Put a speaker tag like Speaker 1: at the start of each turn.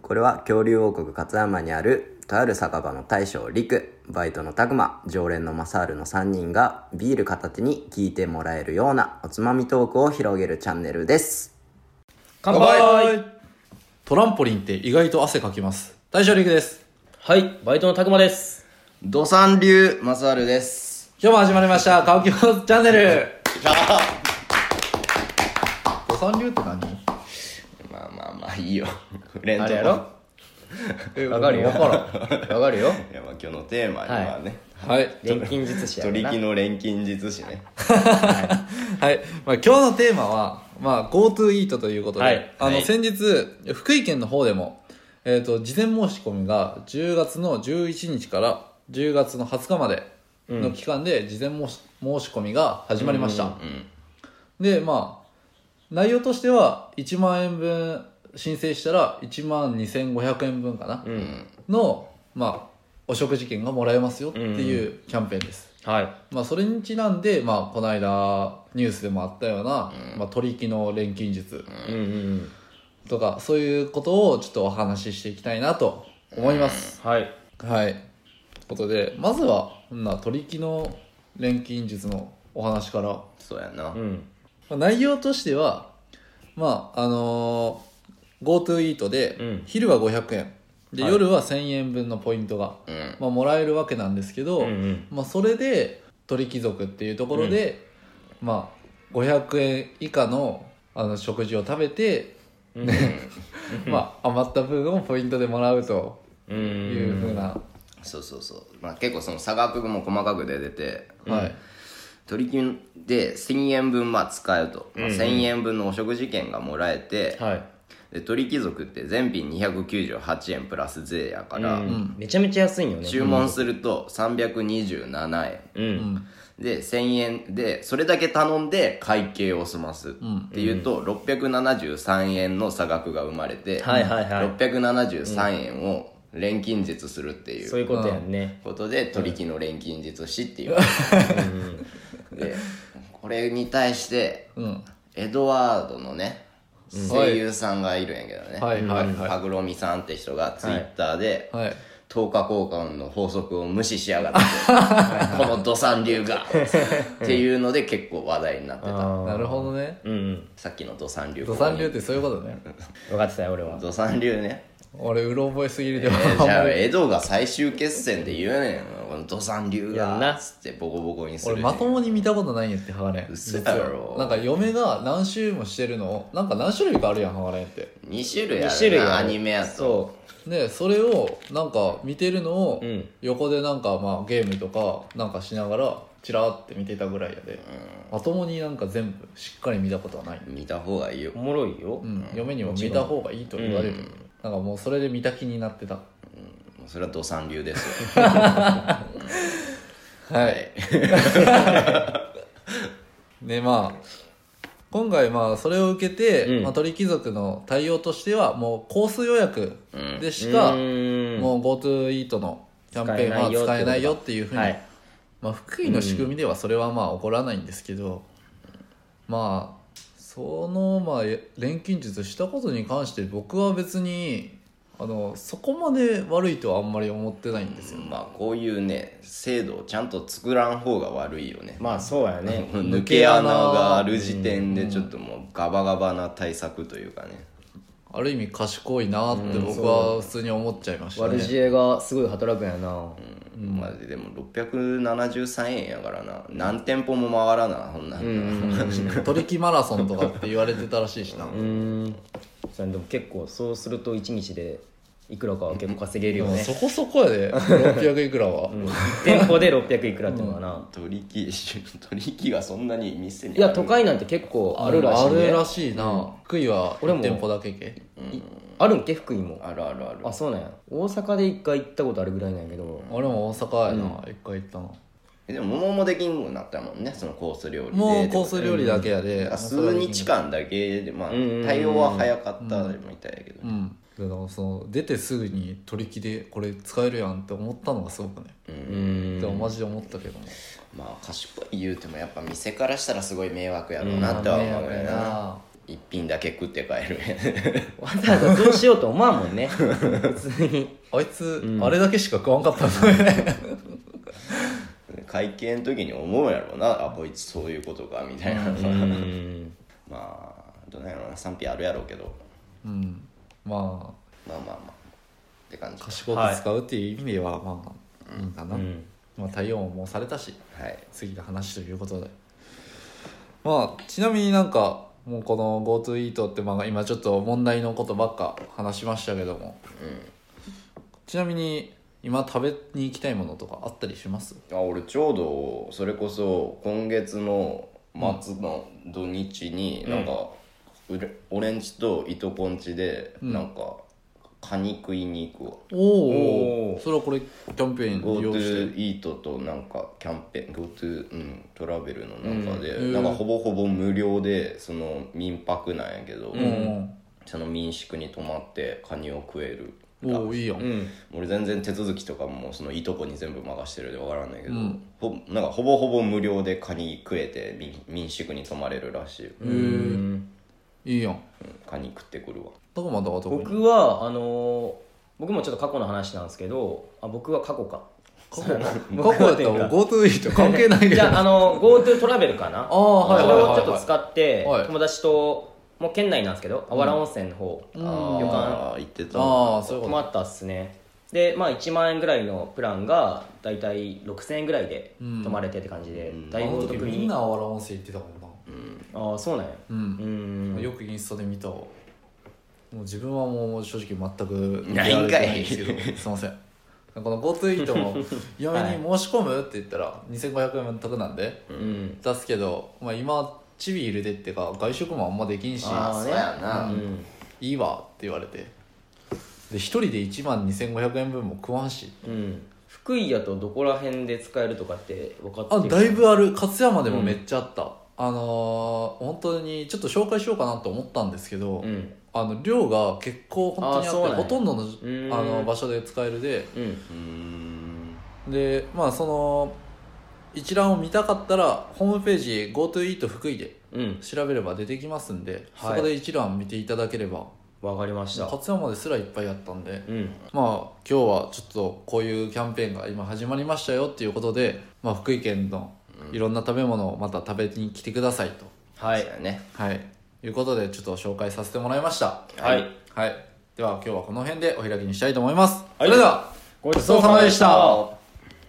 Speaker 1: これは恐竜王国勝山にあるとある酒場の大将陸バイトの拓磨常連のマサールの3人がビール片手に聞いてもらえるようなおつまみトークを広げるチャンネルです
Speaker 2: 乾杯トランポリンって意外と汗かきます大将陸です
Speaker 3: はい、バイトのたくまです。
Speaker 4: 土産流マサールです
Speaker 2: 今日も始まりました「環境チャンネル」お三流って何
Speaker 4: まあまあまあいいよ フレンド
Speaker 3: あ
Speaker 4: の
Speaker 3: れやろ わかるよ。わかる よ。
Speaker 4: いやまあ今日のテーマにはね、
Speaker 2: はい、
Speaker 3: 錬金術師や
Speaker 4: 取
Speaker 3: ね
Speaker 4: り
Speaker 3: な。
Speaker 4: 木の錬金術師ね
Speaker 2: はいまあ、今日のテーマは、まあ、GoTo イートということで、
Speaker 3: はい
Speaker 2: あの
Speaker 4: はい
Speaker 2: 先日福井県の方でも、えー、と事前申し込みが10月の11日から10月の20日までの期間で事前申し申し込みが始まりました、
Speaker 4: うん
Speaker 2: でまあ内容としては1万円分申請したら1万2500円分かな、
Speaker 3: うん。
Speaker 2: の、まあ、お食事券がもらえますよっていうキャンペーンです、
Speaker 3: はい。
Speaker 2: まあ、それにちなんで、まあ、この間ニュースでもあったような、まあ、取り木の錬金術
Speaker 3: うんうんうん。
Speaker 2: とかそういうことをちょっとお話ししていきたいなと思います、
Speaker 3: はい。
Speaker 2: はいということでまずはこんな取り木の錬金術のお話から
Speaker 4: そうやな、
Speaker 3: うん。
Speaker 2: まあ内容としてはまああのー、GoTo イートで、
Speaker 3: うん
Speaker 2: 昼は500円で、夜は1000円分のポイントが、
Speaker 4: うん
Speaker 2: まあ、もらえるわけなんですけど、
Speaker 3: うんうん。
Speaker 2: まあ、それで鳥貴族っていうところで、まあ、500円以下のあの食事を食べて、まあ、余った分をポイントでもらうと
Speaker 3: う
Speaker 2: い
Speaker 3: ん。
Speaker 2: うふうな、
Speaker 4: そうそうそう、まあ、結構その差額も細かく出てて
Speaker 2: はい、
Speaker 4: 取り木で1000円分まあ使うと、まあ、1000円分のお食事券がもらえて、
Speaker 3: はい。
Speaker 4: で取り貴族って全品298円プラス税やから、
Speaker 3: うん。めちゃめちゃ安いんよね。
Speaker 4: 注文すると327円、
Speaker 3: うん。
Speaker 4: で1000円でそれだけ頼んで会計を済ます、っていうと673円の差額が生まれて、
Speaker 3: はいはいは
Speaker 4: 673円を錬金術するって
Speaker 3: い。
Speaker 4: い
Speaker 3: そういう
Speaker 4: う
Speaker 3: ことやんね。
Speaker 4: ことで取り木の錬金術師っていう、でこれに対して
Speaker 2: うん、
Speaker 4: エドワードのね声優さんがいるんやけどね、
Speaker 2: はいはいは
Speaker 4: パグロミさんって人がツイッターで、
Speaker 2: いはい
Speaker 4: 等価交換の法則を無視しやがってこの土産流がっていうので結構話題になってた
Speaker 3: あ
Speaker 2: なるほどね
Speaker 3: ーうんうん。
Speaker 4: さっきの土産流
Speaker 2: 土産流ってそういうことね
Speaker 3: 分かってたよ、俺は。
Speaker 4: 土産流 ね
Speaker 2: 俺うろ覚えすぎるでも、
Speaker 4: えーじゃあ江戸が最終決戦で言うねんこの土産流
Speaker 3: やん
Speaker 4: が
Speaker 3: な
Speaker 4: つってボコボコにする
Speaker 2: 俺まともに見たことないんやって鋼
Speaker 4: 嘘やろ
Speaker 2: なんか嫁が何周もしてるのをなんか何種類かあるやん鋼って
Speaker 4: 2種類あるな
Speaker 3: 2種類あ
Speaker 4: ア
Speaker 3: る
Speaker 4: ニメやと
Speaker 3: そ
Speaker 2: でそれをなんか見てるのを
Speaker 3: うん
Speaker 2: 横でなんかまあゲームとかなんかしながらチラーって見てたぐらいやでまともになんか全部しっかり見たことはない、
Speaker 4: 見た方がいいよ
Speaker 3: う。おもろいよ
Speaker 2: う。ん、嫁にも見た方がいいと言われる、なんかもうそれで見た気になってた
Speaker 4: もうそれは土産流ですよ
Speaker 2: はい。 で、まあ、今回まあ、それを受けて、
Speaker 3: うん
Speaker 2: まあ、鳥貴族の対応としては、もうコース予約でし
Speaker 3: う
Speaker 2: か、
Speaker 3: ーん。
Speaker 2: もう GoTo イートのキャンペーンは使
Speaker 3: 使
Speaker 2: え
Speaker 3: え
Speaker 2: な
Speaker 3: ないい
Speaker 2: よ
Speaker 3: よ
Speaker 2: っていうふうに、
Speaker 3: はい。
Speaker 2: まあ、福井の仕組みではそれはまあ起こらないんですけど、まあ、その、まあ、錬金術したことに関して僕は別に、あの、そこまで悪いとはあんまり思ってないんですよ。
Speaker 4: まあこういうね制度をちゃんと作らん方が悪いよね
Speaker 3: まあ、そうやね。
Speaker 4: 抜け穴がある時点でちょっともうガバガバな対策というかね
Speaker 2: ある意味賢いなって僕は普通に思っちゃいましたね、
Speaker 3: 悪知恵がすごい働くんやな。
Speaker 4: まあでも673円やからな何店舗も回らなそんなん
Speaker 2: 取引マラソンとかって言われてたらしいしな、
Speaker 3: うーん。そうやでも結構、そうすると1日でいくらかは結構稼げる
Speaker 2: で
Speaker 3: よ
Speaker 2: も
Speaker 3: ね
Speaker 2: そ。こそこやで600いくらは、
Speaker 3: 店舗で600いくらっていうのかな。
Speaker 4: 取り木 取り木がそんなに店に
Speaker 3: いや都会なんて結構あるらしい、ね、
Speaker 2: あるらしいな、福井は
Speaker 3: 俺
Speaker 2: 1
Speaker 3: も
Speaker 2: 店舗だけけ
Speaker 3: いあるんけ福井も
Speaker 4: あるあるある
Speaker 3: あそうなんや大阪で一回行ったことあるぐらいなんやけど
Speaker 2: 俺も大阪やな、一回行ったの
Speaker 4: えでも桃もできんようになったもんねそのコース料理で
Speaker 2: もうコース料理だけや
Speaker 4: で
Speaker 2: で、
Speaker 4: も数日間だけでまあ
Speaker 3: うんうんうん
Speaker 4: 対応は早かったみたいやけど
Speaker 2: う
Speaker 4: ね
Speaker 2: んだからその出てすぐに取引でこれ使えるやんって思ったのがすごくね、
Speaker 3: う
Speaker 2: でも
Speaker 3: ん
Speaker 2: マジで思ったけどね
Speaker 4: まあ賢い言うてもやっぱ店からしたらすごい迷惑やろうなっては思うよね
Speaker 2: 迷惑やな
Speaker 4: 一品だけ食って帰る
Speaker 3: わざわざそうしようと思わんも んね別に
Speaker 2: あいつ、あれだけしか食わんかったんだね
Speaker 4: 会計の時に思うやろなあこいつそういうことかみたいな、
Speaker 3: うん
Speaker 4: まあどうなんやろな賛否あるやろうけど
Speaker 2: うんま
Speaker 4: まあまあまあって感じ
Speaker 2: あ賢く使うっていう意味では、まあいいかな、
Speaker 3: うん
Speaker 2: まあ対応ももうされたし
Speaker 4: はい
Speaker 2: 次の話ということでまあちなみになんかもうこの GoToEat ってまあ今ちょっと問題のことばっか話しましたけども、ちなみに今食べに行きたいものとかあったりします
Speaker 4: あ俺ちょうどそれこそ今月の末の土日になんか、うれ俺んちといとこんちでなんか、カニ食いに行くわ
Speaker 2: お
Speaker 3: おー
Speaker 2: それはこれキャンペーン利用して
Speaker 4: GoTo イートとなんかキャンペーン GoTo、うん、トラベルの中で、
Speaker 2: うん
Speaker 4: なんかほぼほぼ無料でその民泊なんやけど、
Speaker 2: うん
Speaker 4: その民宿に泊まってカニを食える
Speaker 2: おおいいやん、
Speaker 3: うん
Speaker 4: 俺全然手続きとかもそのいとこに全部任してるで分からないけど、
Speaker 2: うん
Speaker 4: ほなんかほぼほぼ無料でカニ食えて民民宿に泊まれるらしい、
Speaker 2: へえいいやん
Speaker 4: カニ食ってくるわ
Speaker 2: どこまではどこ
Speaker 3: 僕はあのー僕もちょっと過去の話なんですけどあ僕は過 去か
Speaker 2: 過去
Speaker 3: 僕
Speaker 2: 過去やった ら GoToEat 関係ないけど
Speaker 3: じゃあ、あの、GoTo トラベルかな。
Speaker 2: あーはいはいはいはい
Speaker 3: それをちょっと使って、
Speaker 2: はい
Speaker 3: 友達と、もう県内なんですけど、あわら温泉の方、
Speaker 2: うん
Speaker 3: 旅館、
Speaker 4: ああ行ってた
Speaker 2: ああそういう
Speaker 3: 泊
Speaker 2: こ
Speaker 3: ま
Speaker 2: と
Speaker 3: ったっすね。で、まあ、1万円ぐらいのプランが、だいたい6000円ぐらいで
Speaker 2: うん
Speaker 3: 泊まれてって感じで、
Speaker 4: うん
Speaker 3: だいぶお得
Speaker 2: あの時みん
Speaker 3: に。
Speaker 2: な
Speaker 3: あ
Speaker 2: あわら温泉行ってたもんな
Speaker 3: あー、そうなんや。
Speaker 2: う、
Speaker 3: うんん。
Speaker 2: よくインスタで見たわもう自分はもう正直全く
Speaker 4: ないんかい
Speaker 2: 見られてですけどすいませんこの GoTo イート も嫁に申し込むって言ったら2500円分得なんで
Speaker 3: うん。
Speaker 2: 出すけど、まあ、今チビいるでってか外食もあんまできんし
Speaker 3: あー
Speaker 4: そうやな、
Speaker 3: うん。
Speaker 2: いいわって言われてで一人で1万2500円分も食わんし
Speaker 3: うん。福井やとどこら辺で使えるとかって分かって
Speaker 2: あ
Speaker 3: る
Speaker 2: だいぶある勝山でもめっちゃあった、あのー本当にちょっと紹介しようかなと思ったんですけど、
Speaker 3: うん。
Speaker 2: あの量が結構本当にあ
Speaker 3: あ
Speaker 2: っ
Speaker 3: ー
Speaker 2: て
Speaker 3: そうなんや
Speaker 2: ほとんどの
Speaker 3: ん
Speaker 2: あの場所で使えるで
Speaker 3: うん。
Speaker 4: うーん
Speaker 2: でまあその一覧を見たかったらホームページ GoToEat 福井で
Speaker 3: うん。
Speaker 2: 調べれば出てきますんで、
Speaker 3: はい
Speaker 2: そこで一覧見ていただければ
Speaker 3: わかりました。
Speaker 2: 勝山ですらいっぱいあったんで、
Speaker 3: うん。
Speaker 2: まあ今日はちょっとこういうキャンペーンが今始まりましたよっていうことで、まあ、福井県のいろんな食べ物をまた食べに来てくださいと、
Speaker 3: は
Speaker 4: そう
Speaker 3: い。
Speaker 4: やね
Speaker 2: はいいうことでちょっと紹介させてもらいました
Speaker 3: はい
Speaker 2: はい、では今日はこの辺でお開きにしたいと思います、
Speaker 3: はい
Speaker 2: それでは
Speaker 3: ご
Speaker 2: ちそうさまでした
Speaker 3: ごちそうさまで